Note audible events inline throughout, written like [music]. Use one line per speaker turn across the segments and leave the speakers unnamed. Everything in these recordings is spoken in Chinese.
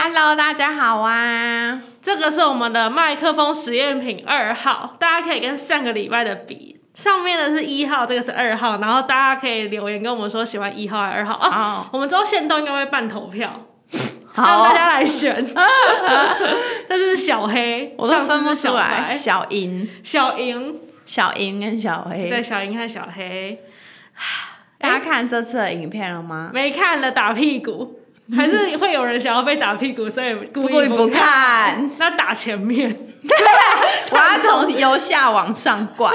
Hello，大家好啊！
这个是我们的麦克风实验品二号，大家可以跟上个礼拜的比，上面的是一号，这个是二号，然后大家可以留言跟我们说喜欢一号还是二号啊。
哦，
我们之后限动应该会办投票，
[laughs] 好
让大
哦，
家来选。但是小黑，
我都
上次
分
是
不
小
出来，
白，
小银、
小莹，
小银跟小黑。
对，小莹和小黑，哎
大家看这次的影片了吗？
没看了打屁股，还是会有人想要被打屁股，所以故
故意
意
[laughs] 不
看。 [laughs]
看，
那打前面，
我要从由下往上
[laughs]
灌。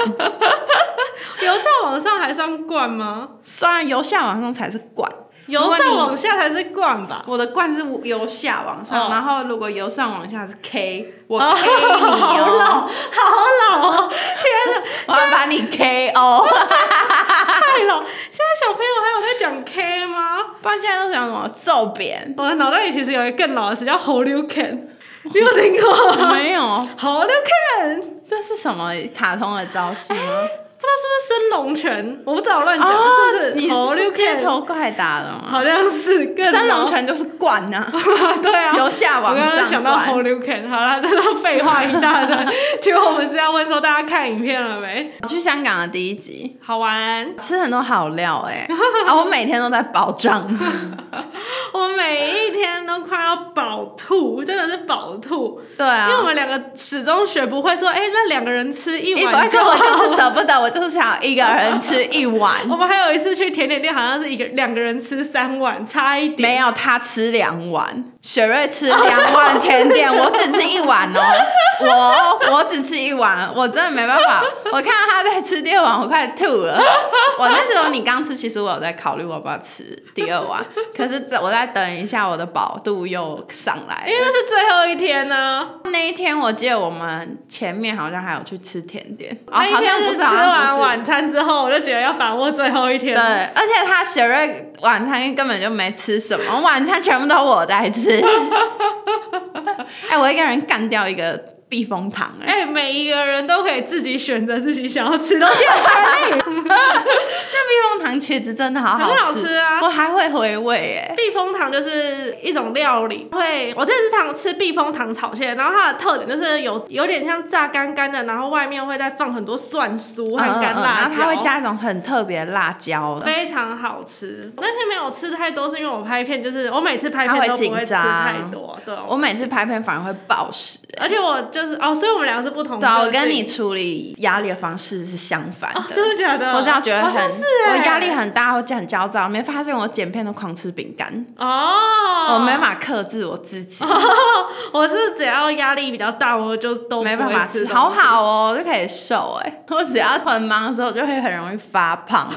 由下往上还算灌吗？
虽然由下往上才是灌，
由上往下才是灌
[laughs]
吧？
我的灌是由下往上，
哦
然后如果由上往下是 K，我
哦
K 你
好老，
哦，
好老哦！天哪，
[laughs] 我要把你哦
[laughs]
KO。
太老！现在小朋友还有在讲 K 吗？
不然现在都讲什么揍扁？
我的脑袋里其实有一个更老的词叫 h o l u k e n 你有听过
[laughs]
h
[laughs] 没有，啊
o l u k e n
这是什么卡通的招式吗？
不知道是不是升龙拳？我不知道我乱讲，
哦，
是不
你
是 h o l
是
u k e
街
n
头怪打的吗？
好像是更
三
老
龙拳就是灌呐、
[laughs] 对啊，
由下
我
往
刚刚
上
想到
灌。
Whole New Can，好了，这都废话一大堆。 [laughs] 结果我们是要问说大家看影片了没？
我去香港的第一集，
好玩。
吃很多好料哎、啊，我每天都在
[laughs]
保障。
我每一天都快要饱吐，真的是饱吐，
对
因
啊
为，我们两个始终学不会说，哎、那两个人吃一
一
碗
哎而且
就
我
好。
就是舍不得，我就是想一个人吃一碗。
[laughs] 我们还有一次去甜点店，好像是一个两个人吃三碗，差一点。
没有，他吃两碗，雪瑞吃两碗甜点，我只吃一碗
[laughs]
哦。我我只吃一碗，我真的没办法。我看到他在吃第二碗，我快吐了。我那时候你刚吃，其实我有在考虑我要不要吃第二碗，可是这我再等一下，我的饱度又上来
因为哎
了。
那是最后一天呢、
那一天我记得我们前面好像还有去吃甜点，哦，
那一
好像
天
不
吃
是，好像
完
不是。
晚餐之后，我就觉得要把握最后一天。
对，而且他雪瑞晚餐根本就没吃什么，晚餐全部都我在
[laughs]
吃。哎、我一个人干掉一个避风塘、哎、
哎、每一个人都可以自己选择自己想要吃的东西。
那避风塘茄子真的好
很好
吃，
吃啊
我还会回味、
[laughs]
哎，
避风塘就是一种料理，会我之前是常吃避风塘炒蟹，然后它的特点就是有有点像炸干干的，然后外面会再放很多蒜酥和干辣
嗯然后它
椒，
会加一嗯种很特别的辣椒的，
非常好吃。我那天没有吃太多，是因为我拍片，就是我每次拍片
它会
都
紧
不会吃
张
太多，对。哦
我每次拍片反而会暴食。
而且我就是哦，所以我们两个是不同
对啊，
个
我
性
跟你处理压力的方式是相反
哦，[laughs]
的。
真的假的？
我这样觉得
好
很，
像是欸
我压力很大，我很焦躁。没发现我剪片都狂吃饼干，
哦，
我没办法克制我自己。
我是只要压力比较大，我就都
没办
不会
法吃，
东西
好好哦，就可以瘦哎、 [laughs] 我只要很忙的时候，就会很容易发 [laughs] 胖，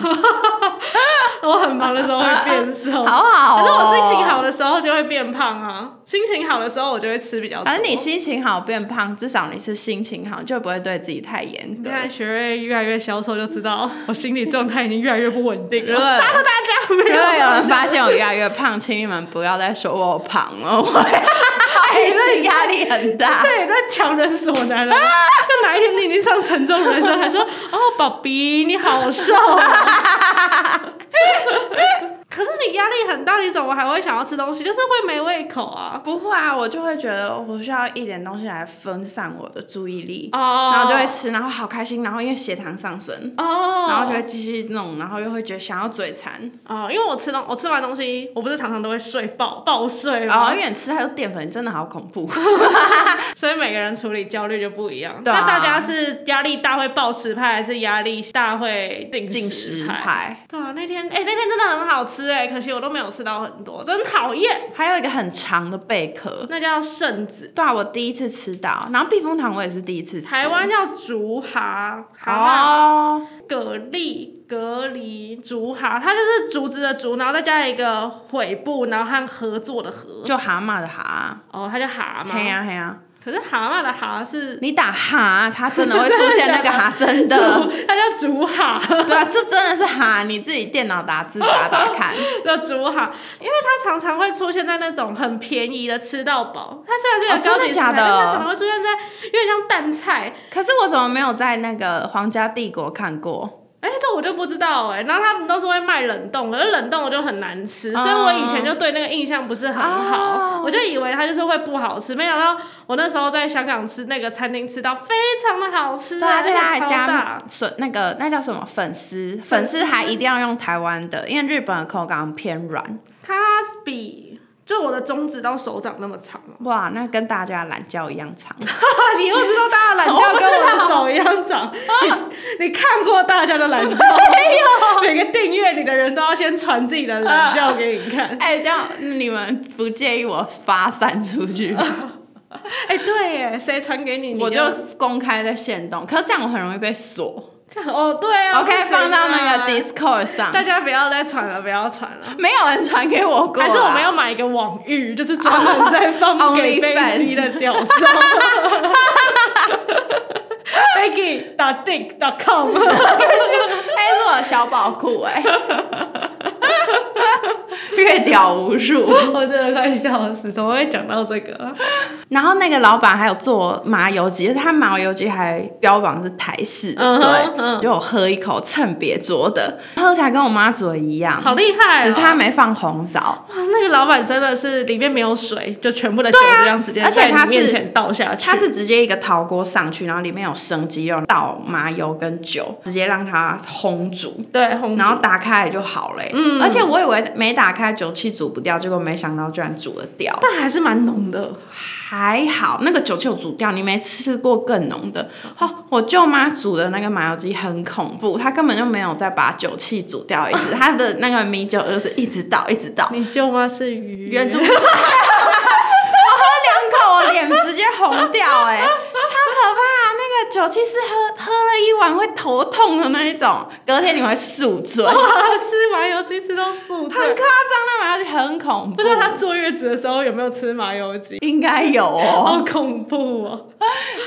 我很忙的时候会变
[laughs]
瘦。
好好、哦。
可是我心情好，的时候就会变胖啊，心情好的时候我就会吃比较多。
反啊正你心情好变胖，至少你是心情好，就不会对自啊己太严
你
格。
看学瑞越来越消瘦，就知道我心理状态已经越来越不稳定了。
[laughs] 对啊
杀了大家没
如
有啊
果有
关
人
系？
发现我越来越胖，请你们不要再说我胖了，我这压力很大。
这也在强人所
[laughs]
难了。啊那哪一天你已经上沉重人生，还说哦，宝比你好瘦、
[laughs]
啊。可是你压力很大，你怎么还会想要吃东西？就是会没胃口啊。
不会啊，我就会觉得我需要一点东西来分散我的注意力，
哦，
然后就会吃，然后好开心，然后因为血糖上升，
哦，
然后就会继续弄，然后又会觉得想要嘴馋。
哦，因为我吃东我吃完东西，我不是常常都会睡爆爆睡
哦，
吗？
因为你吃太多淀粉，真的好恐怖。
所以每个人处理焦虑就不一样。
对啊
那大家是压力大会暴食派，还是压力大会进
进
食
食？派，
对啊，那天哎、那天真的很好吃哎、可惜我都没有吃到很多，真讨厌。
还有一个很长的贝壳。
那叫圣子，
对啊，我第一次吃到，然后避风塘我也是第一次吃。
台湾叫竹蛤，蛤蜊、蛤
哦，
蜊、蛤蜊、竹蛤，它就是竹子的竹，然后再加一个悔部，然后和合作的合。
就蛤蟆的蛤，
哦，它叫蛤嘛。
嘿啊呀嘿呀，
可是蛤蟆的蛤是
你打蛤，它真的会出现那个蛤，真的，
竹，它叫竹蛤，
对啊，就真的是蛤，你自己电脑打字打
[laughs]
打看，
叫竹蛤，因为它常常会出现在那种很便宜的吃到饱。它虽然是有
哦真
高
的
级食
假
材，
的
但它常常会出现在有点像淡菜。
可是我怎么没有在那个皇家帝国看过？
哎、这我就不知道哎、然后他们都是会卖冷冻，可是冷冻我就很难吃，所以我以前就对那个印象不是很好，
哦
我就以为它就是会不好吃，没想到我那时候在香港吃那个餐厅吃到非常的好吃、
对啊，而且
它
他还
超
加
大，
粉那个那叫什么粉丝，粉丝还一定要用台湾的，因为日本的口感偏软。
它比就我的中指到手掌那么长。哦
哇，那跟大家懒觉一样长。
你又知道大家懒觉跟我的手一样长， [laughs] 你你看过大家的懒觉？ [laughs] 没有。每个订阅你的人都要先传自己的懒觉给你看。
[laughs] 哎、这样你们不介意我发散出去吗？
[laughs]
[laughs]
哎、对耶，谁传给你？你
我就公开在线动，可是这样我很容易被锁。
看哦，对啊。
OK，
不行啊
放到那个 Discord 上，
大家不要再传了，不要传了。
没有人传给我过啦。
还是我们要买一个网域，就是专门在 [laughs] 放给
Only fans
飞机的屌照。Becky 打 dick dot com，
哎、是我的小宝库哎， [laughs] 越屌无
[laughs]
数。
我真的快笑死，怎么会讲到这个？
[laughs] 然后那个老板还有做麻油鸡，就是他麻油鸡还标榜是台式的，
嗯哼
对，
嗯
就我喝一口蹭别桌的，喝起来跟我妈煮的一样，
好厉害、哦！
只是他没放红枣。
哇，啊那个老板真的是里面没有水，就全部的酒就这样直接
啊而且
在
他
你
是
面前倒下去。
它是直接一个陶锅上去，然后里面有生鸡肉、倒麻油跟酒，直接让它烘煮，
对红酒，
然后打开来就好嘞、嗯，而且我以为没打开酒气煮不掉，结果没想到居然煮得掉。
但还是蛮浓的。
还好那个酒气有煮掉，你没吃过更浓的。哦，我舅妈煮的那个麻油鸡很恐怖，她根本就没有再把酒气煮掉一次，她的那个米酒就是一直倒一直倒。
你舅妈是鱼
原 [laughs] 主，我喝两口，我脸直接红掉、哎，超可怕！那个酒气是喝喝了一碗会头痛的那一种，隔天你会宿醉，很夸
哇，吃麻油鸡吃到宿醉，
张，那麻油鸡很恐怖，
不知道她坐月子的时候有没有吃麻油鸡，
应该有哦。
好恐怖哦。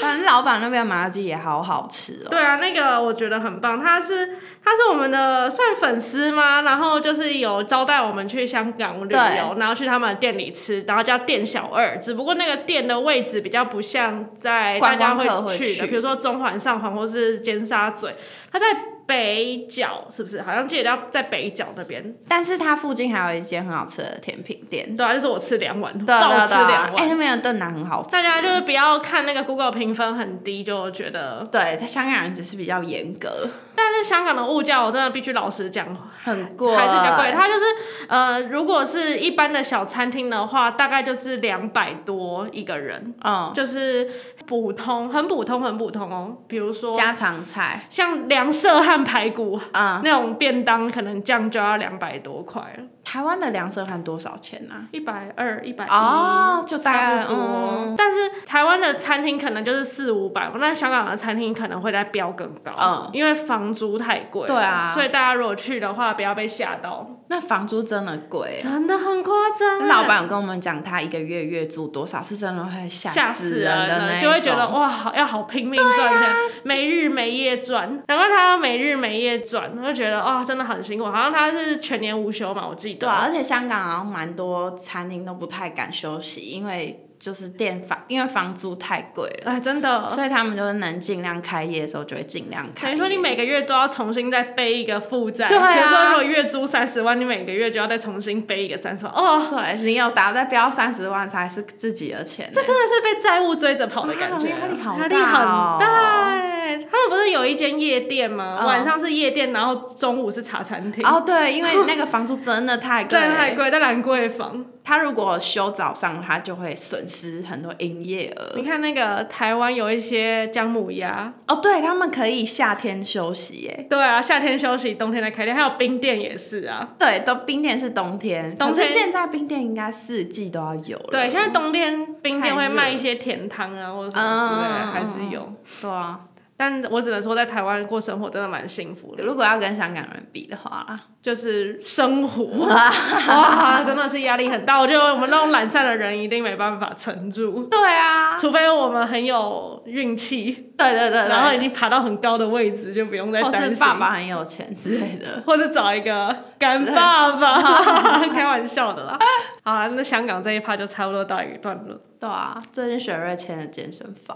反正老板那边的麻油鸡也好好吃哦。
对啊，那个我觉得很棒，他是他是我们的算粉丝吗？然后就是有招待我们去香港旅游，
对
然后去他们的店里吃，然后叫店小二，只不过那个店的位置比较不像在大
观
家
光
会
客会
去的，
去
比如说中环、上环或是尖沙咀，它在北角是不是？好像记得要在北角那边，
但是它附近还有一间很好吃的甜品店，
对啊，就是我吃两碗，
对
倒
对
吃
对啊，
两
哎、
碗。
那边的炖奶很好吃。
大家就是不要看那个 Google 评分很低就觉得，
对，它香港人只是比较严格，
但是香港的物价我真的必须老实讲，
很贵，
还是比较贵。它就是呃，如果是一般的小餐厅的话，大概就是两百多一个人，
嗯，
就是普通，很普通，很普通哦。比如说
家常菜，
像凉色和排骨。
嗯。
那种便当可能酱就要两百多块，
台湾的凉色饭多少钱啊呢、
一百二、一百一，
哦，就大
差
概
不多。
嗯
但是台湾的餐厅可能就是四五百，那香港的餐厅可能会再标更高，
嗯
因为房租太贵了。
对啊
所以大家如果去的话，不要被吓到，
那房租真的贵。
嗯真的很夸张欸。
老板有跟我们讲，他一个月月租多少，是真的会
吓
吓
死
人的
了，
那一种。
就
啊
会觉得哇，好要好拼命赚钱，没日没夜赚。难怪他要没日没夜赚，我就觉得哦哇，真的很辛苦。好像他是全年无休嘛，我记得。
对啊，而且香港好像蛮多餐厅都不太敢休息，因为就是店房，因为房租太贵了，
哎，真的，
所以他们就是能尽量开业的时候就会尽量开
等
业。
于说你每个月都要重新再背一个负债。
对啊
比如说如果月租三十万，你每个月就要再重新背一个三十万，哦，
对，你有打在标三十万才是自己
[laughs]
的钱呢、
这真的是被债务追着跑的感觉，
啊压力好
压力
大哦
很大哎、他们不是有一间夜店吗？
嗯
晚上是夜店，然后中午是茶餐厅。
哦，对，因为那个房租真的
[laughs]
太贵
对，
了，
太贵，在兰桂坊。
他如果休早上，他就会损失很多营业额
你。看那个台湾有一些姜母鸭，
哦，对他们可以夏天休息耶。
对啊，夏天休息，冬天再开店，还有冰店也是啊。
对，都冰店是冬天，
冬天
可是现在冰店应该四季都要有了。
对，现在冬天冰店
太
会
热
卖一些甜汤啊，或者什么之类的，
嗯
还是有。
对啊，
但我只能说，在台湾过生活真的蛮幸福的，
如果要跟香港人比的话，
就是生
[laughs]
活，哇，真的是压力很大。我觉得我们那种懒散的人一定没办法撑住，
对啊，
除非我们很有运气，
对对对
然后已
对，
经爬到很高的位置，就不用再
或
担
是
心。
爸爸很有钱之类的。
[laughs] 或者找一个干 [laughs] 爸爸，开玩笑的啦。好啦，那香港这一趴就差不多到一个段落，
对啊，最近雪瑞签了健身
[laughs]
房，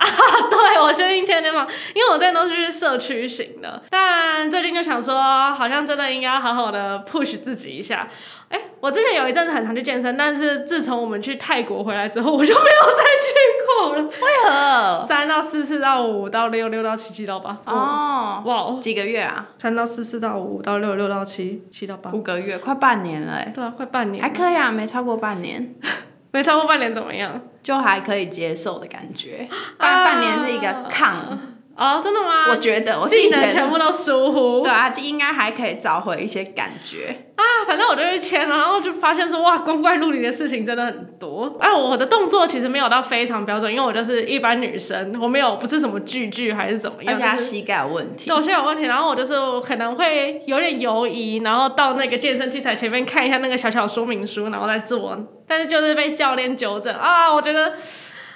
对，我最近签联盟，因为我这都是社区型的，但最近就想说，好像真的应该要好好的 push 自己一下。哎、我之前有一阵子很常去健身，但是自从我们去泰国回来之后，我就没有再去
[laughs]
过了。
为何？
三到四，四到五，五到六，六到七，七到八。哦，
哦，
哇哦，
几个月啊？
三到四，四到五，五到六，六到七，七到八。
五个月，快半年了哎，
对啊，快半年
还，可以啊，没超过半年，
没超过半年怎么样？
就还可以接受的感觉。
啊
半半年是一个抗，
哦，真的吗？
我觉得我自己
技
觉
能全
得，
部都疏忽。
对啊，应该还可以找回一些感觉。
啊，反正我就去签了，然后就发现说哇，光怪陆离的事情真的很多。啊，我的动作其实没有到非常标准，因为我就是一般女生，我没有不是什么巨巨还是怎么
而
样，
且他
就是
膝盖有问题
对，，我现在有问题，然后我就是可能会有点犹疑，然后到那个健身器材前面看一下那个小小说明书，然后再做，但是就是被教练纠正啊，我觉得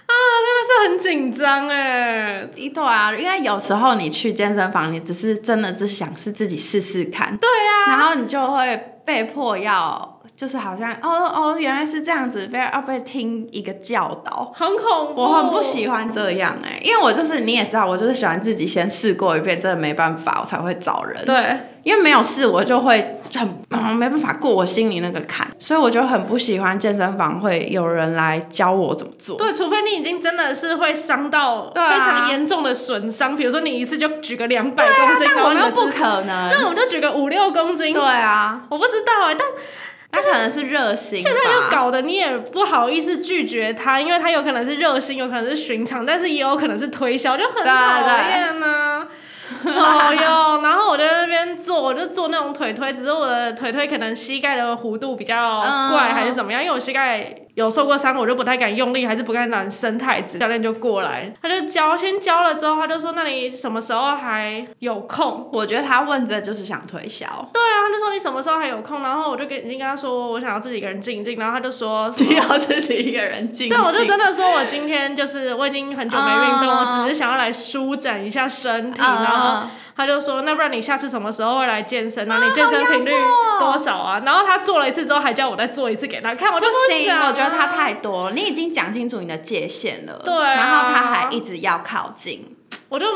啊真的是很紧张哎，
对啊，因为有时候你去健身房，你只是真的只想是自己试试看，
对呀、
然后你就会被迫要，就是好像哦哦，原来是这样子，被要被听一个教导。
很恐怖，
我很不喜欢这样哎、因为我就是你也知道，我就是喜欢自己先试过一遍，真的没办法，我才会找人。
对。
因为没有试，我就会很、嗯没办法过我心里那个坎，所以我就很不喜欢健身房会有人来教我怎么做。
对，除非你已经真的是会伤到
对啊
非常严重的损伤，比如说你一次就举个两百公斤，然
但
后
啊我
你
又
的
不
姿势，
可能。
那我们就举个五六公斤
对，啊，
我不知道哎、但
他可能是热心吧。
现在就搞得你也不好意思拒绝他，因为他有可能是热心，有可能是寻常，但是也有可能是推销，就很
对啊
讨
对
厌呢。哦哟，然后我就在那边做，我就做那种腿推，只是我的腿推可能膝盖的弧度比较
嗯
怪，还是怎么样？因为我膝盖有受过伤，我就不太敢用力，还是不太敢伸太直。教练就过来，他就教，先教了之后，他就说：“那你什么时候还有空？”
我觉得他问这就是想推 [laughs] 销。
对啊，他就说你什么时候还有空？然后我就跟已经跟他说我想要自己一个人静一静，然后他就说什么
你要自己一个人静
对，我就真的说，我今天就是我已经很久没运动，
啊
我只是想要来舒展一下身体。
啊
然后他就说，那不然你下次什么时候会来健身啊？你健身频率多少啊？然后他做了一次之后，还叫我再做一次给他看，我就
不行，
想啊
我觉得他太多了。你已经讲清楚你的界限了，
对啊
然后他还一直要靠近，
我就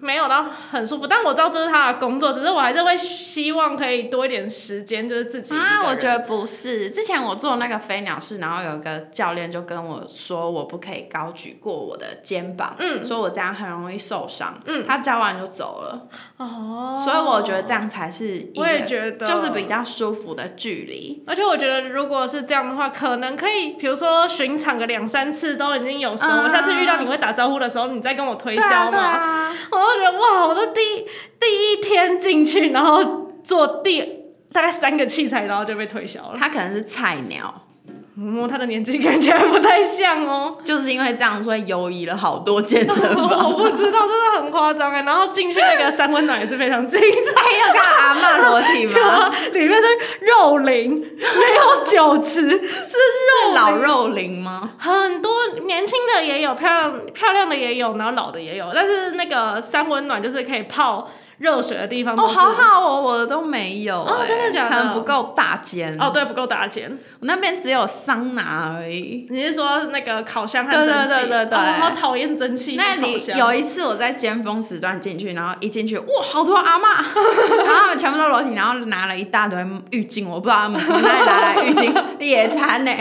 没有到很舒服，但我知道这是他的工作，只是我还是会希望可以多一点时间，就是自己一
啊，
个
我
人
觉得不是。之前我做那个飞鸟式，然后有一个教练就跟我说，我不可以高举过我的肩膀，
嗯
说我这样很容易受伤，
嗯
他教完就走了，
哦，
所以我觉得这样才是一
我也
个
觉得
就是比较舒服的距离。
而且我觉得，如果是这样的话，可能可以，比如说巡场个两三次都已经有熟。
嗯
我下次遇到你会打招呼的时候，你再跟我推
对啊，
销
对
嘛。
啊，
我就觉得哇，我的第一第一天进去，然后做第大概三个器材，然后就被推销了。
他可能是菜鸟。
嗯，他的年纪感觉还不太像哦，
就是因为这样，所以游移了好多健身
我
房。 [laughs]
不知道，真的很夸张哎。然后进去那个三温暖也是非常精
[laughs]
彩。
还有看哎阿嬷裸体 [laughs] 吗？
里面是肉林，没有酒池，
是老肉林吗？
很多年轻的也有，漂亮漂亮的也有，然后老的也有，但是那个三温暖就是可以泡热水的地方
哦，
都是。
好好哦，我的都没有、欸，
哦真的假的
可能不够大间。
哦，对，不够打尖。
我那边只有桑拿而已。
你是说那个烤箱和
对
蒸
对
汽？
对对对
哦我好讨厌蒸汽。
那
烤
里
箱
有一次我在尖峰时段进去，然后一进去，哇，好多阿嬷， [laughs] 然后他们全部都裸体，然后拿了一大堆浴巾，我不知道他们从哪里拿来浴巾， [laughs] 野餐呢、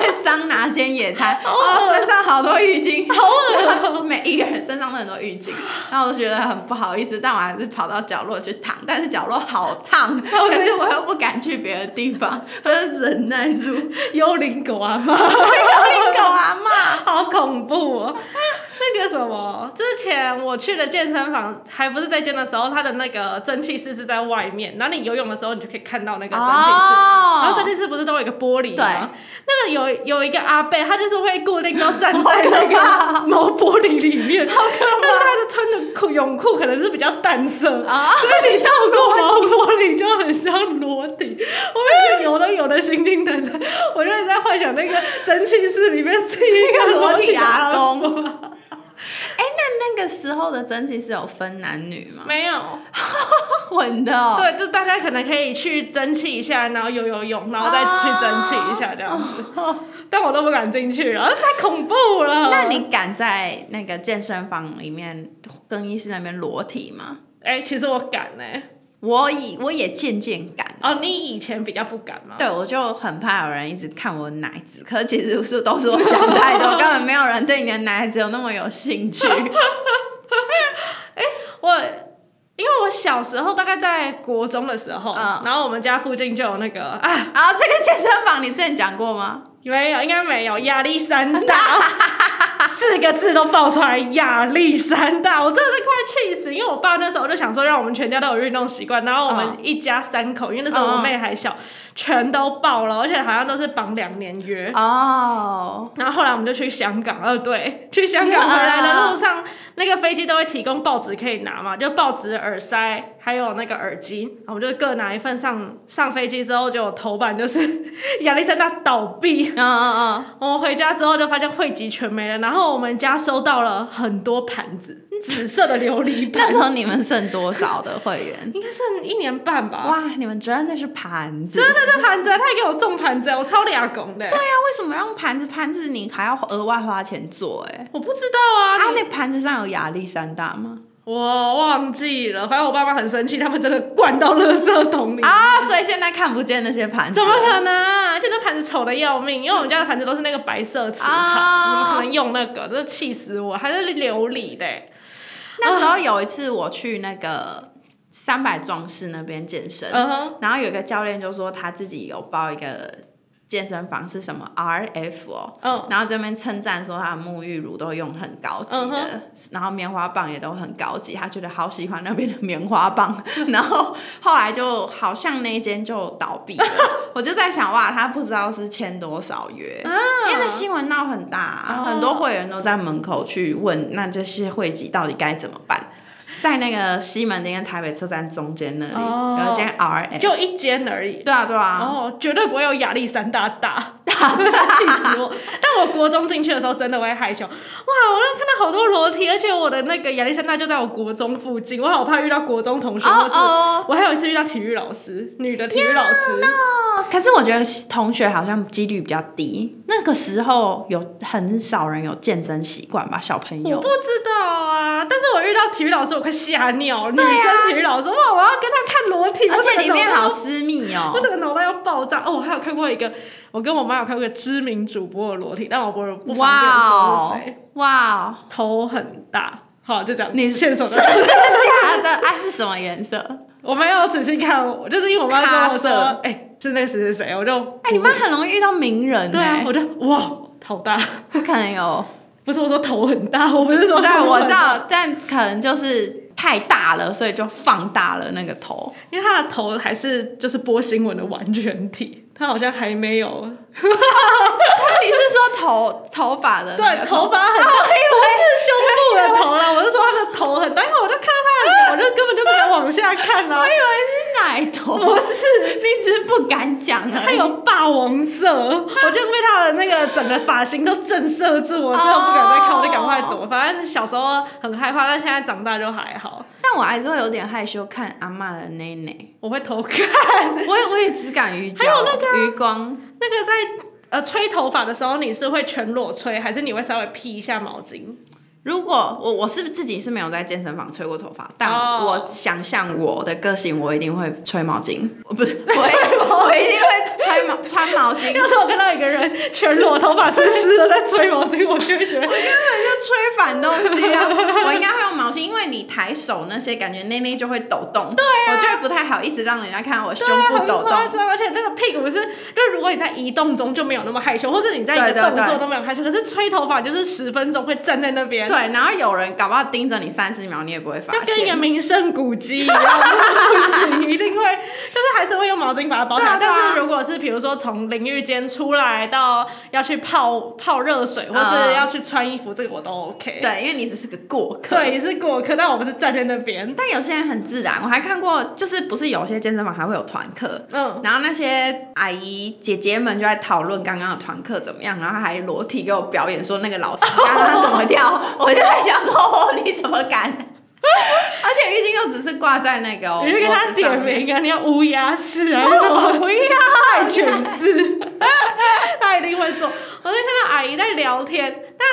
在桑拿间野餐，哦，身上好多浴巾，
好恶心。
[laughs] 每一个人身上都很多浴巾，然后我就觉得很不好意思，但我还是跑到角落去躺，但是角落好烫，可是我又不敢去别的地方，我就忍
[laughs]
耐住。
幽灵狗啊 [laughs] 妈，
有一狗阿妈，
好恐怖哦！那个什么，之前我去的健身房，还不是在健的时候，它的那个蒸汽室是在外面，然后你游泳的时候，你就可以看到那个蒸汽室。然后
哦
这，件事不是都有一个玻璃吗？那个有有一个阿贝，他就是会固定都站
[laughs] 好
在
可
那
怕
个毛玻璃里面，好可怕！但是他的穿的裤泳裤可能是比较淡色，
啊
所以你跳过毛玻璃就很像裸体。我每次游都游的心惊胆战，我就一直在幻想那个蒸汽室里面是一
这
个
个裸体
体
阿
公。
[laughs] 公。哎、那那个时候的蒸汽是有分男女吗？
没有，
[laughs] 混的哦、
对，就大家可能可以去蒸汽一下，然后游游泳，然后再去蒸汽一下这样子。但我都不敢进去了，太恐怖了。
哦那你敢在那个健身房里面更衣室那边裸体吗？
哎、其实我敢呢、
我以我也渐渐敢，
哦，你以前比较不敢吗？
对我就很怕有人一直看我奶子，可是其实是都是我想太多，根本没有人对你的奶子有那么有兴趣。啊
我因为我小时候大概在国中的时候，
嗯
然后我们家附近就有那个啊，
啊，这个健身房你之前讲过吗？
没有，应该没有亚历山大。四个字都爆出来，亚历山大，我真的是快气死！因为我爸那时候就想说，让我们全家都有运动习惯，然后我们
嗯
一家三口，因为那时候我
嗯嗯
妹还小，全都报了，而且好像都是绑两年约。
啊哦，
然后后来我们就去香港，呃，对，去香港回来的路上，那个飞机都会提供报纸可以拿嘛，就报纸、耳塞，还有那个耳机，然后我们就各拿一份上上飞机之后，就有头版就是 [laughs] 亚历山大倒闭。
嗯嗯
我们回家之后就发现汇集全没了，然后我们家收到了很多盘子，紫色的琉璃
嗯， [laughs] 那
盘，
时候你们剩多少的会员？
应该剩一年半吧。
哇，你们真的是盘子！
真的这盘子，他还给我送盘子，我超俩拱的。对
对啊，为什么让盘子？盘子你还要额外花钱做、哎，
我不知道啊，
啊，那盘子上有亚历山大吗？
我忘记了，反正我爸妈很生气，他们真的灌到垃圾桶里。
啊，所以现在看不见那些盘子
怎
了，
么可能、啊？就那盘子丑的要命，因为我们家的盘子都是那个白色瓷盘，
啊
怎么可能用那个？真的气死我！还是琉璃的欸、
[laughs] 那时候有一次我去那个三百壮士那边健身，
嗯哼，
然后有一个教练就说他自己有报一个健身房是什么 RF 哦。
嗯，
然后这边称赞说他的沐浴乳都用很高级
嗯
的
哼
然后棉花棒也都很高级，他觉得好喜欢那边的棉花棒。 [laughs] 然后后来就好像那一间就倒
[laughs]
闭了，我就在想哇，他不知道是签多少约，因为那新闻闹很大、
啊
啊
哦
很多会员都在门口去问，那这些会籍到底该怎么办？在那个西门町跟台北车站中间那里、
哦
有一间 R F，
就一间而已。
对啊对啊，
哦，绝对不会有亚历山大大，真的 [laughs] 气死我！但我国中进去的时候真的会害羞，哇！我就看到好多裸体，而且我的那个亚历山大就在我国中附近，我好怕遇到国中同学，或是
哦
我还有一次遇到体育老师，女的体育老师。
哦，可是我觉得同学好像几率比较低，那个时候有很少人有健身习惯吧，小朋
我
友
不。知道啊，但是我遇到体育老师，我快吓尿。女生体育老师，哇，我要跟他看裸体，
啊而且里面好
我整个脑袋
私密
我
哦，
整个脑袋要爆炸哦！我还有看过一个，我跟我妈有看过一个知名主播的裸体，但我不不方便说是
哇哦
谁，
哇 [laughs] 哦，
头很大。好，就这样。
你
线索的
真，的假的？啊，是什么颜色？
我没有仔细看，我就是因为我妈跟我
咖
说
色，
哎、是那个谁谁谁，我就
哎、你妈很容易遇到名人
对啊
哎、，
我就哇，头大，
不可能有。
不是我说头很大，我不是说
对，
头
[laughs] 我
很
知
大，
道，但可能就是太大了，所以就放大了那个头。
因为他的头还是就是播新闻的完全体，他好像还没有
[laughs] 呃你是说头头哦发的那
对，
个
头发很大，不是胸部的头了，我是说他的头很大，因为我就看到他的脸，我就根本就没有往下看
我
啊
以。为是奶头，
不是，
你只是不敢讲而
他
已。
有霸王色，我就被他的那个整个发型都震慑住，我真的不敢再看，我就赶快
哦
躲。反正小时候很害怕，但现在长大就还好。
但我还是会有点害羞看阿嬷的内内，
我会偷看 [laughs]
我也我也只敢鱼角，
还有那个啊
余光，
那个在呃吹头发的时候，你是会全裸吹，还是你会稍微披一下毛巾？ [laughs]
如果我我是不是自己是没有在健身房吹过头发，但
哦
我想象我的个性，我一定会吹毛巾，
哦
我不是我一 [laughs] 我一定会吹毛穿毛巾，
要是我看到一个人全裸头发湿湿的在吹毛巾，我就会觉得
就吹反东西
[laughs]
啊！我应该会用毛巾，因为你抬手那些感觉内内就会抖动，对啊，我就会不太好意思让人家看到我胸
对
部
啊
抖
很夸
动。
张，而且那个屁股是，就如果你在移动中就没有那么害羞，或者你在一
对
个
对
动作
对
都没有害羞，可是吹头发就是十分钟会站在那边，
对，然后有人搞不好盯着你三十秒，你也不会发
就跟一个
现。
名胜古迹一样， [laughs] 真的不行，一定会，就是还是会用毛巾把它包起来。
对啊对啊
但是如果是比如说从淋浴间出来到要去泡泡热水，或是
嗯
要去穿衣服，这个我都 OK。
对，因为你只是个过客。
对，你是过客，但我不是站在那边。
但有些人很自然，我还看过，就是不是有些健身房还会有团课，
嗯，
然后那些阿姨姐姐们就在讨论刚刚的团课怎么样，然后还
[laughs]
裸体给我表演说那个老师刚刚怎么跳，我就在想说，哦，你怎么敢？而且浴巾又只是挂在那个、哦，
你就跟他
脖子
点
上面
名啊，你要乌鸦式啊，还是什么
不要
泰拳式， [laughs] 他一定会做。我就看到阿姨在聊天，但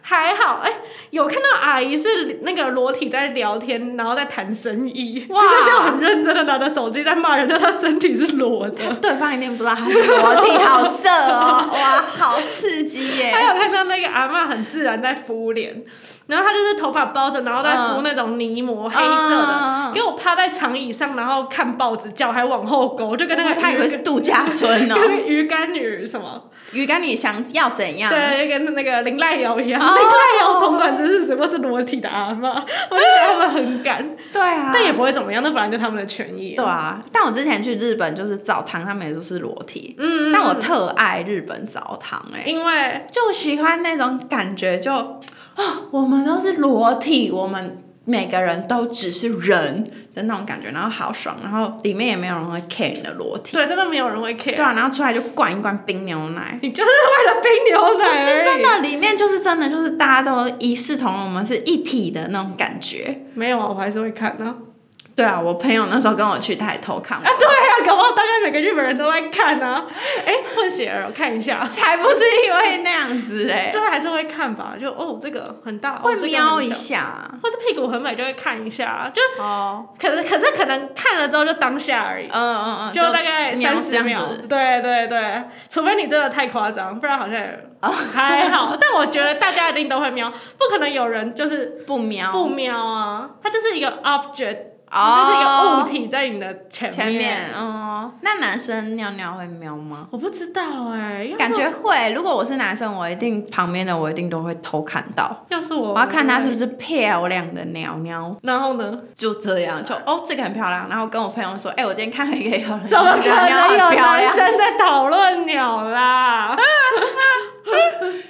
还好，哎、有看到阿姨是那个裸体在聊天，然后在谈生意，
哇
她就很认真的拿着手机在骂人，但她身体是裸的。
对方一定不知道他是裸体，好色哦，哇，好刺激
[laughs]
耶！
还有看到那个阿嬷很自然在敷脸，然后她就是头发包着，然后在敷那种泥膜、黑色
嗯嗯嗯嗯
的
嗯，
给我趴在长椅上，然后看报纸，脚还往后勾，就跟那个
哦他以为是度假村哦
跟，那个鱼竿女什么，
鱼竿你想要怎样？
对，就跟那个林濑遥一样，
啊哦
林濑遥同款只是只不过是裸体的阿嬷， [laughs] 我就觉得他们很敢，
对啊，
但也不会怎么样，那本来就他们的权益。
对啊。但我之前去日本就是澡堂，他们也都是裸体，
嗯，嗯，
但我
嗯
特爱日本澡堂哎、
因为
就喜欢那种感觉就，啊，我们都是裸体，我们每个人都只是人的那种感觉，然后好爽，然后里面也没有人会 care 你的裸体，
对，真的没有人会 care，
对啊，然后出来就灌一罐冰牛奶。
你就是为了冰牛
不
奶而
是
已，
真的，里面就是真的，就是大家都一视同仁，我们是一体的那种感觉。
没有啊，我 [laughs] 还是会看的、
对啊，我朋友那时候跟我去，他也偷看我
啊，，对啊，搞不好大家每个日本人都在看啊。哎、混血儿，我看一下，
才不是因为那样子欸
[laughs]
嘞，
就是还是会看吧，就哦，这个很大，哦
会
这个很
瞄一
小
下。
或是屁股很美就会看一下，啊就
哦，
可是可是可能看了之后就当下而已
嗯，嗯嗯，
就大概
瞄
三
这
十
样
秒
子。
对对对，除非你真的太夸张，不然好像也
哦
[laughs] 还好。但我觉得大家一定都会瞄，不可能有人就是
不瞄，
不瞄啊，它就是一个 object，、
哦，
就是一个物体在你的前
前面，哦，那男生尿尿会瞄吗？
我不知道哎、要是
感觉会，如果我是男生，我一定旁边的我一定都会偷看到，
要是我，
我要看她是不是漂亮的鸟鸟，
然后
[laughs]
呢？
就这样，就哦这个很漂亮，然后跟我朋友说，哎、我今天看了一个有人
怎么可能
鸟鸟
有
很漂
男
亮，
生在讨论鸟啦？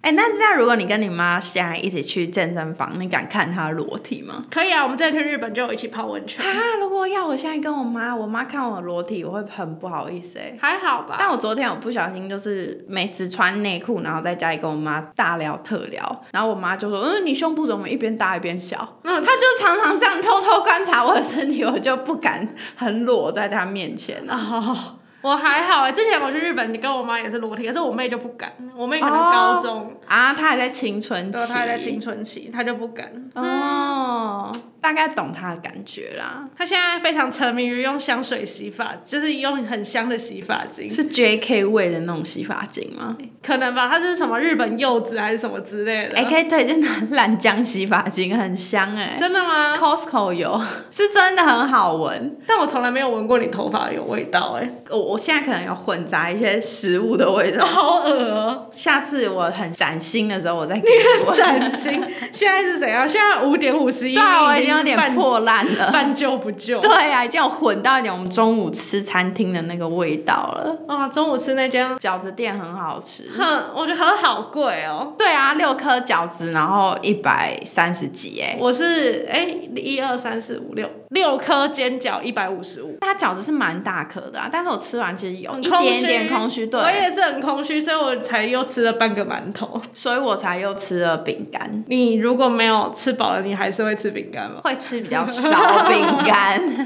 哎、那这样如果你跟你妈现在一起去健身房，你敢看她裸体吗？
可以啊，我们之前去日本就有一起泡温泉，
[laughs] 啊，如果要我现在跟我妈，我妈看我裸体，我会很不好意思哎、
还好吧？
但我昨天我不小心就是没只穿内裤，然后在家里跟我妈大聊特聊，然后我妈就说：“嗯，你胸部怎么一边大一边小？”
嗯
她就常常这样偷偷观察我的身体，我就不敢很裸在她面前啊。
哦，我还好、欸。之前我去日本，你跟我妈也是裸体，可是我妹就不敢，我妹可
哦
能高中，
啊，她还在青春期，
对，她还在青春期，她就不敢。
哦，大概懂她的感觉啦。
她现在非常沉迷于用香水洗发，就是用很香的洗发精，
是 J.K. 味的那种洗发精吗？
可能吧？她是什么日本柚子还是什么之类的？
哎、可以推荐她蓝浆洗发精，很香哎、
真的吗？
Costco 有， [laughs] 是真的很好闻。
但我从来没有闻过你头发有味道、欸，
我我现在可能有混杂一些食物的味
哎，
道，
好恶哦、
[laughs] 下次我很崭新的时候我再给你闻。
崭新。现在是怎样？现在五点五十一，
对啊，我已经有点
半
破烂了。
半旧不旧。
[laughs] 对啊，已经有混到一点我们中午吃餐厅的那个味道了。
啊，中午吃那间，
饺子店很好吃。
哼，我觉得它好贵哦。
对啊，六颗饺子，然后一百三十几哎。
我是哎，一二三四五六六颗煎饺一百五十五，
它饺子是蛮大颗的啊，但是我吃完其实有
很
一
空
点
虚，
点空虚，
我
对，
也是很空虚，所以我才又吃了半个馒头。 [laughs]
所以我才又吃了饼干，
你如果没有吃饱了，你还是会吃饼干吗？
会吃比较少饼干。 [laughs]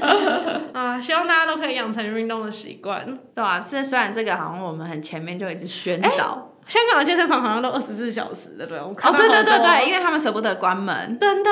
啊，希望大家都可以养成运动的习惯。
对啊，是虽然这个好像我们很前面就一直宣导，
香港的健身房好像都二十四小时的，对吧？我看
哦，
到
对
好
对对
多
对，，因为他们舍不得关门，
真的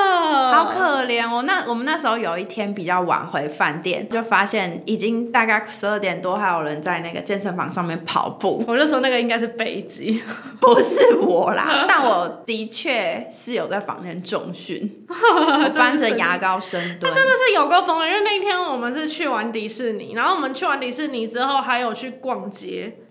好
好可怜哦。那我们那时候有一天比较晚回饭店，就发现已经大概十二点多，还有人在那个健身房上面跑步， [laughs]
我就说那个应该是北极，
不是我
[laughs]
啦，但我的确是有在房间重
[laughs]
训，我搬着牙膏深蹲，
真的是有够疯的。因为那一天我们是去玩迪士尼，然后我们去完迪士尼之后还有去逛街，
嗯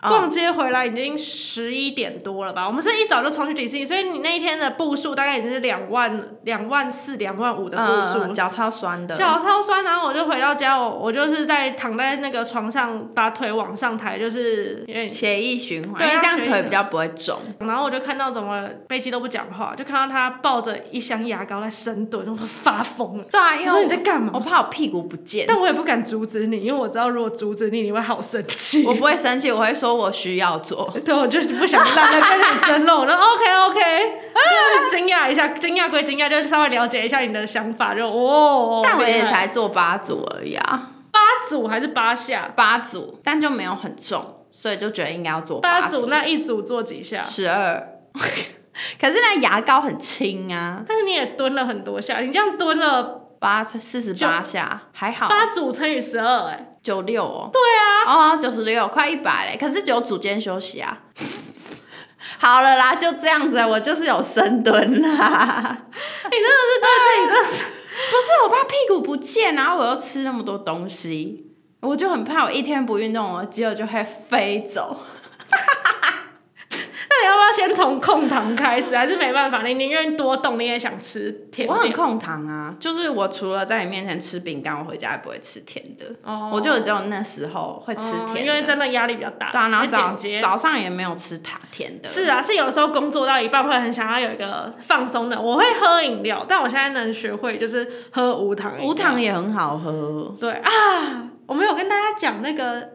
逛街回来已经十一点多了吧？我们是一早就冲去迪士尼，所以你那一天的步数大概已经是两万、两万四、两万五的步数
嗯，脚超酸的，
脚超酸，然后我就回到家，我我就是在躺在那个床上，把腿往上抬，就是有点
血液循环，
对啊
因为这
要血
样
液
腿
的
比较不会肿。
然后我就看到怎么贝基都不讲话，就看到他抱着一箱牙膏在深蹲，我发疯了。
对啊，
你
因
说
为
你在干嘛
我？怕我屁股不见。
但我也不敢阻止你，因为我知道如果阻止你，你会好生气
我。不会生气，我会说我需要做。
对，我就是不想让他跟你争论。我说 OK OK，就是惊讶讶一下，惊讶归惊讶，就是稍微了解一下你的想法，就哦。
但我也
厉害
才做八组而已啊，
八组还是八下？
八组，但就没有很重，所以就觉得应该要做
八
组
组，那一组做几下？
十二。 [laughs] 可是那牙膏很轻啊，
但是你也蹲了很多下，你这样蹲了
八四十八下还好，
八组乘以十二，哎，
九六哦。对啊，哦九十六快一百嘞，可是只有组间休息啊。 [laughs] 好了啦，就这样子，啊我就是有深蹲啊啦。
你真的是对自己真的是
不是，我怕屁股不见，然后我又吃那么多东西，我就很怕我一天不运动，我的肌肉就会飞走。
那你要不要先从控糖开始？还是没办法，你宁愿多动，你也想吃甜
我很
点？
控糖啊，就是我除了在你面前吃饼干，我回家也不会吃甜的。
哦
我就只有那时候会吃
哦
甜
因为
的。
真的压力比较大，
对啊，然后
要
早
简洁。
早上也没有吃糖甜的。
是啊，是有的时候工作到一半会很想要有一个放松的，我会喝饮料，但我现在能学会就是喝无糖饮料
无。糖也很好喝。
对啊，我没有跟大家讲那个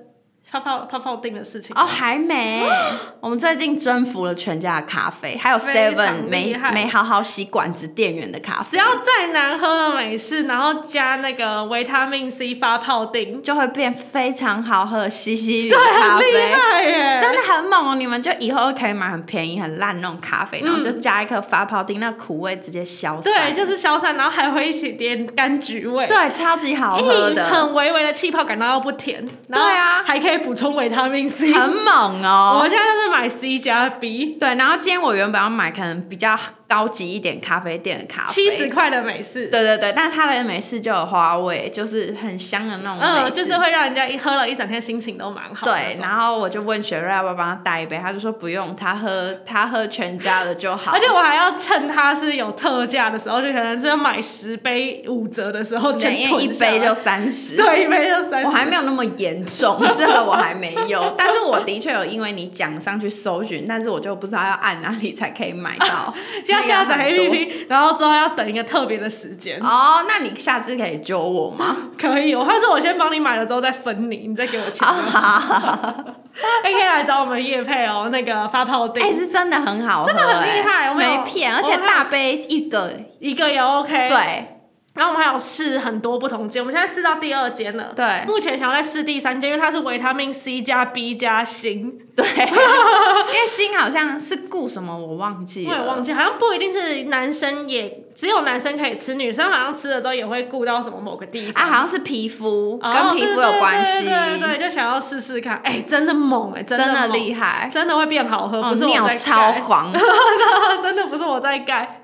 泡泡泡泡定的事情
哦，还没。 [gasps] 我们最近征服了全家的咖啡，还有
非
Seven
常
没
厉害
没好好洗管子店员的咖
只
啡，
要再难喝的美式，然后加那个维他命 C 发泡定，
就会变非常好喝的西西里
对，
咖
很
啡。
厉害耶！
真的很猛哦！你们就以后可以买很便宜、很烂那种咖啡，然后就加一颗发泡丁，那苦味直接消
对，
散。
就是消散，然后还会一起点柑橘味，
对，超级好喝
嗯，
的，
很微啊微的气泡感，然后又不甜，然后
对啊
还可以补充维他命 C。
很猛
我
哦。
现在就是买 C 加 B，
对，然后今天我原本要买可能比较高级一点咖啡店的咖啡，
七十。块的美式，
对对对，但它的美式就有花味，就是很香的那种美
嗯，
式。
就是会让人家一喝了一整天心情都蛮好的那
对
种。，
然后我就问雪瑞要不要帮他带一杯，他就说不用，他喝他喝全家的就好。
而且我还要趁它是有特价的时候，就可能是买十杯五折的时候，
对
全
因
囤
为一
下来
杯就三十，
对，一杯就三十。，
我还没有那么严重，这个我还没有，但是我的确有因为你讲上去搜寻，但是我就不知道要按哪里才可以买到
[laughs] 要下载
那个很多
APP，然后之后要等一个特别的时间。
哦，那你下次可以揪我吗？
[laughs] 可以，哦我或者我先帮你买了之后再分你，你再给我
啊
钱。 [laughs] 哎，可以来找我们叶配哦，那个发泡
哎、
定
是真的很好喝、
真的很厉害
哎
我们有
没骗，
我哎
而
们
且
还有
大杯一个，
一个也 OK。。
对
然后我们还有试很多不同间，我们现在试到第二间了。
对
目前想要再试第三间，因为它是维他命 C 加 B 加锌， [laughs]
对，因为心好像是顾什么我忘记
我也
了，
忘记，好像不一定是男生也只有男生可以吃，女生好像吃了之后也会顾到什么某个地方。
啊，好像是皮肤、
哦
跟皮肤有关系，
对对对对对，就想要试试看。哎、真的猛哎、真
真的
的猛
厉害，
真的会变好喝，
哦
不是我
尿
在
超
盖， [laughs]
黄。
真的不是我在盖。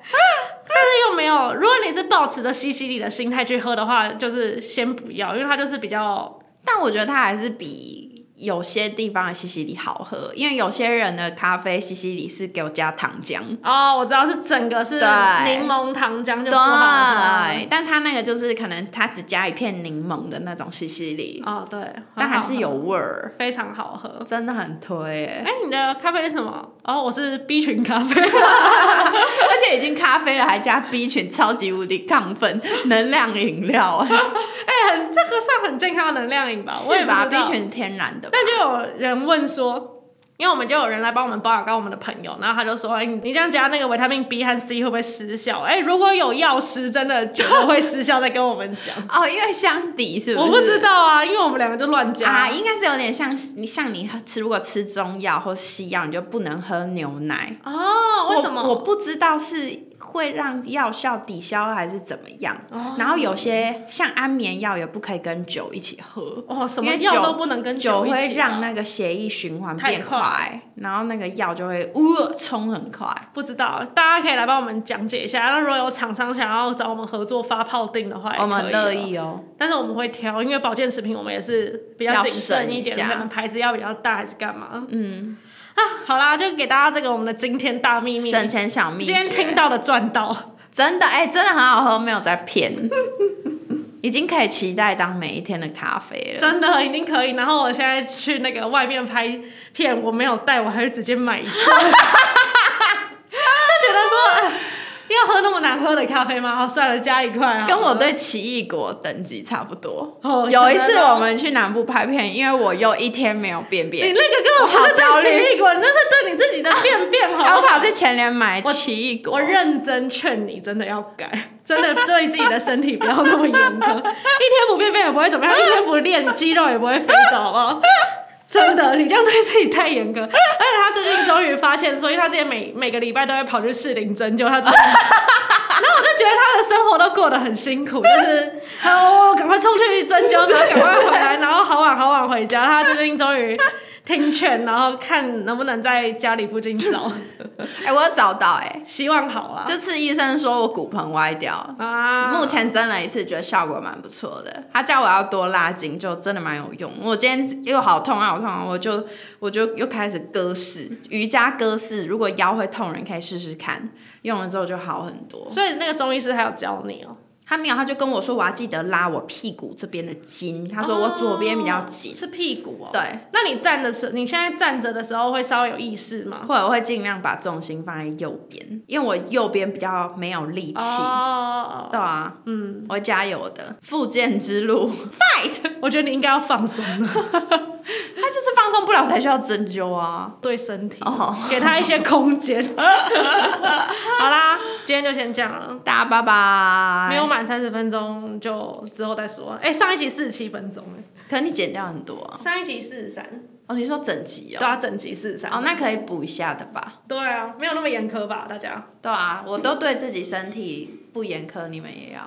但是又没有，如果你是抱持着西西里的心态去喝的话，就是先不要，因为它就是比较
但我觉得它还是比有些地方的西西里好喝，因为有些人的咖啡西西里是给我加糖浆。
哦，我知道是整个是
对
柠檬糖浆就不好喝。啊
对，但它那个就是可能它只加一片柠檬的那种西西里，
哦，对，很
但还
好
是
喝
有味儿，
非常好喝。
真的很推耶
哎、你的咖啡是什么？哦，我是 B 群咖啡。 [laughs]
而且已经咖啡了，还加 B 群，超级无敌亢奋，能量饮料
[laughs]
哎，
哎、很这个算很健康的能量饮吧？我也
是吧
不知道
？B 群天然的吧，
但就有人问说，因为我们就有人来帮我们包养刚我们的朋友，然后他就说，哎、你你这样加那个维他命 B 和 C 会不会失效？哎、如果有药师真的觉得会失效，再跟我们讲。
哦，因为相抵是不
我
是？
不知道啊，因为我们两个就乱加。
啊，应该是有点像你像你喝吃，如果吃中药或西药，你就不能喝牛奶。
哦，为什么？
我？我不知道是会让药效抵消还是怎么样。
哦
然后有些像安眠药也不可以跟酒一起喝，
哦，什
因
么
为
药
酒
都不能跟
酒
一起
会让
啊
那个血液循环
太
变
快
快，然后那个药就会呃冲很快。
不知道，大家可以来帮我们讲解一下。那如果有厂商想要找我们合作发泡定的话，也
我们
可以
乐
哦
意哦，
但是我们会挑，因为保健食品我们也是比较
要
谨慎
省
一点，
一下
可能牌子要比较大还是干嘛？嗯，啊，好啦，就给大家这个我们的惊天大秘密，
省钱小秘
今
诀。
天听到的赚到，
真的哎、真的很好喝，没有在骗， [laughs] 已经可以期待当每一天的咖啡了。
真的一定可以。然后我现在去那个外面拍片，我没有带，我还是直
[laughs]
接买一个，就觉得说。哎要喝那么难喝的咖啡吗？好，算了，加一块啊。
跟我对奇异果等级差不多。
哦
有一
可
次
能哦
我们去南部拍片，因为我又一天没有便
你那
便，
个根本
我
不
好
是
焦
对
虑
奇异果，你那是对你自己的便便，
[laughs]
好
然后
不好？
跑去全联买奇异果。
我认真劝你，真的要改， [laughs] 真的对自己的身体不要那么严苛。一天不便便也不会怎么样，一天不练肌肉也不会肥皂，好不好？真的，你这样对自己太严格。而且他最近终于发现，所以他之前每每个礼拜都会跑去试林针灸，他真的。然后我就觉得他的生活都过得很辛苦，就是他哦，赶快冲去针灸，然后赶快回来，然后好晚好晚回家。他最近终于听劝，然后看能不能在家里附近找，
哎、我有找到哎、
希望好啊。
这次医生说我骨盆歪掉，
啊，
目前针了一次，觉得效果蛮不错的。他叫我要多拉筋，就真的蛮有用。我今天又好痛啊，好痛啊！我就我就又开始割式瑜伽割式，如果腰会痛，人可以试试看，用了之后就好很多。
所以那个中医师还有教你哦、
他没有，他就跟我说我要记得拉我屁股这边的筋，他说我左边比较紧，
是屁股哦、
对，
那你站的时候，你现在站着的时候会稍微有意识吗？
或者我会尽量把重心放在右边，因为我右边比较没有力气。
哦，
对啊，嗯，我会加油的。复健之路， [laughs]
哦我觉得你应该要放松了，
他就是放松不了才需要针灸啊。
对身体，
哦，
给他一些空
[laughs]
间。好啦，今天就先这样了。
大家拜拜。
没有，满三十分钟就之后再说。哎、上一集四十七分钟，哎
可你剪掉很多啊、
上一集四十三，
哦。你说整集
对
哦，
啊，整集四十三。
哦，那可以补一下的吧？
对啊，没有那么严苛吧，大家。
对啊，我都对自己身体不严苛，你们也要。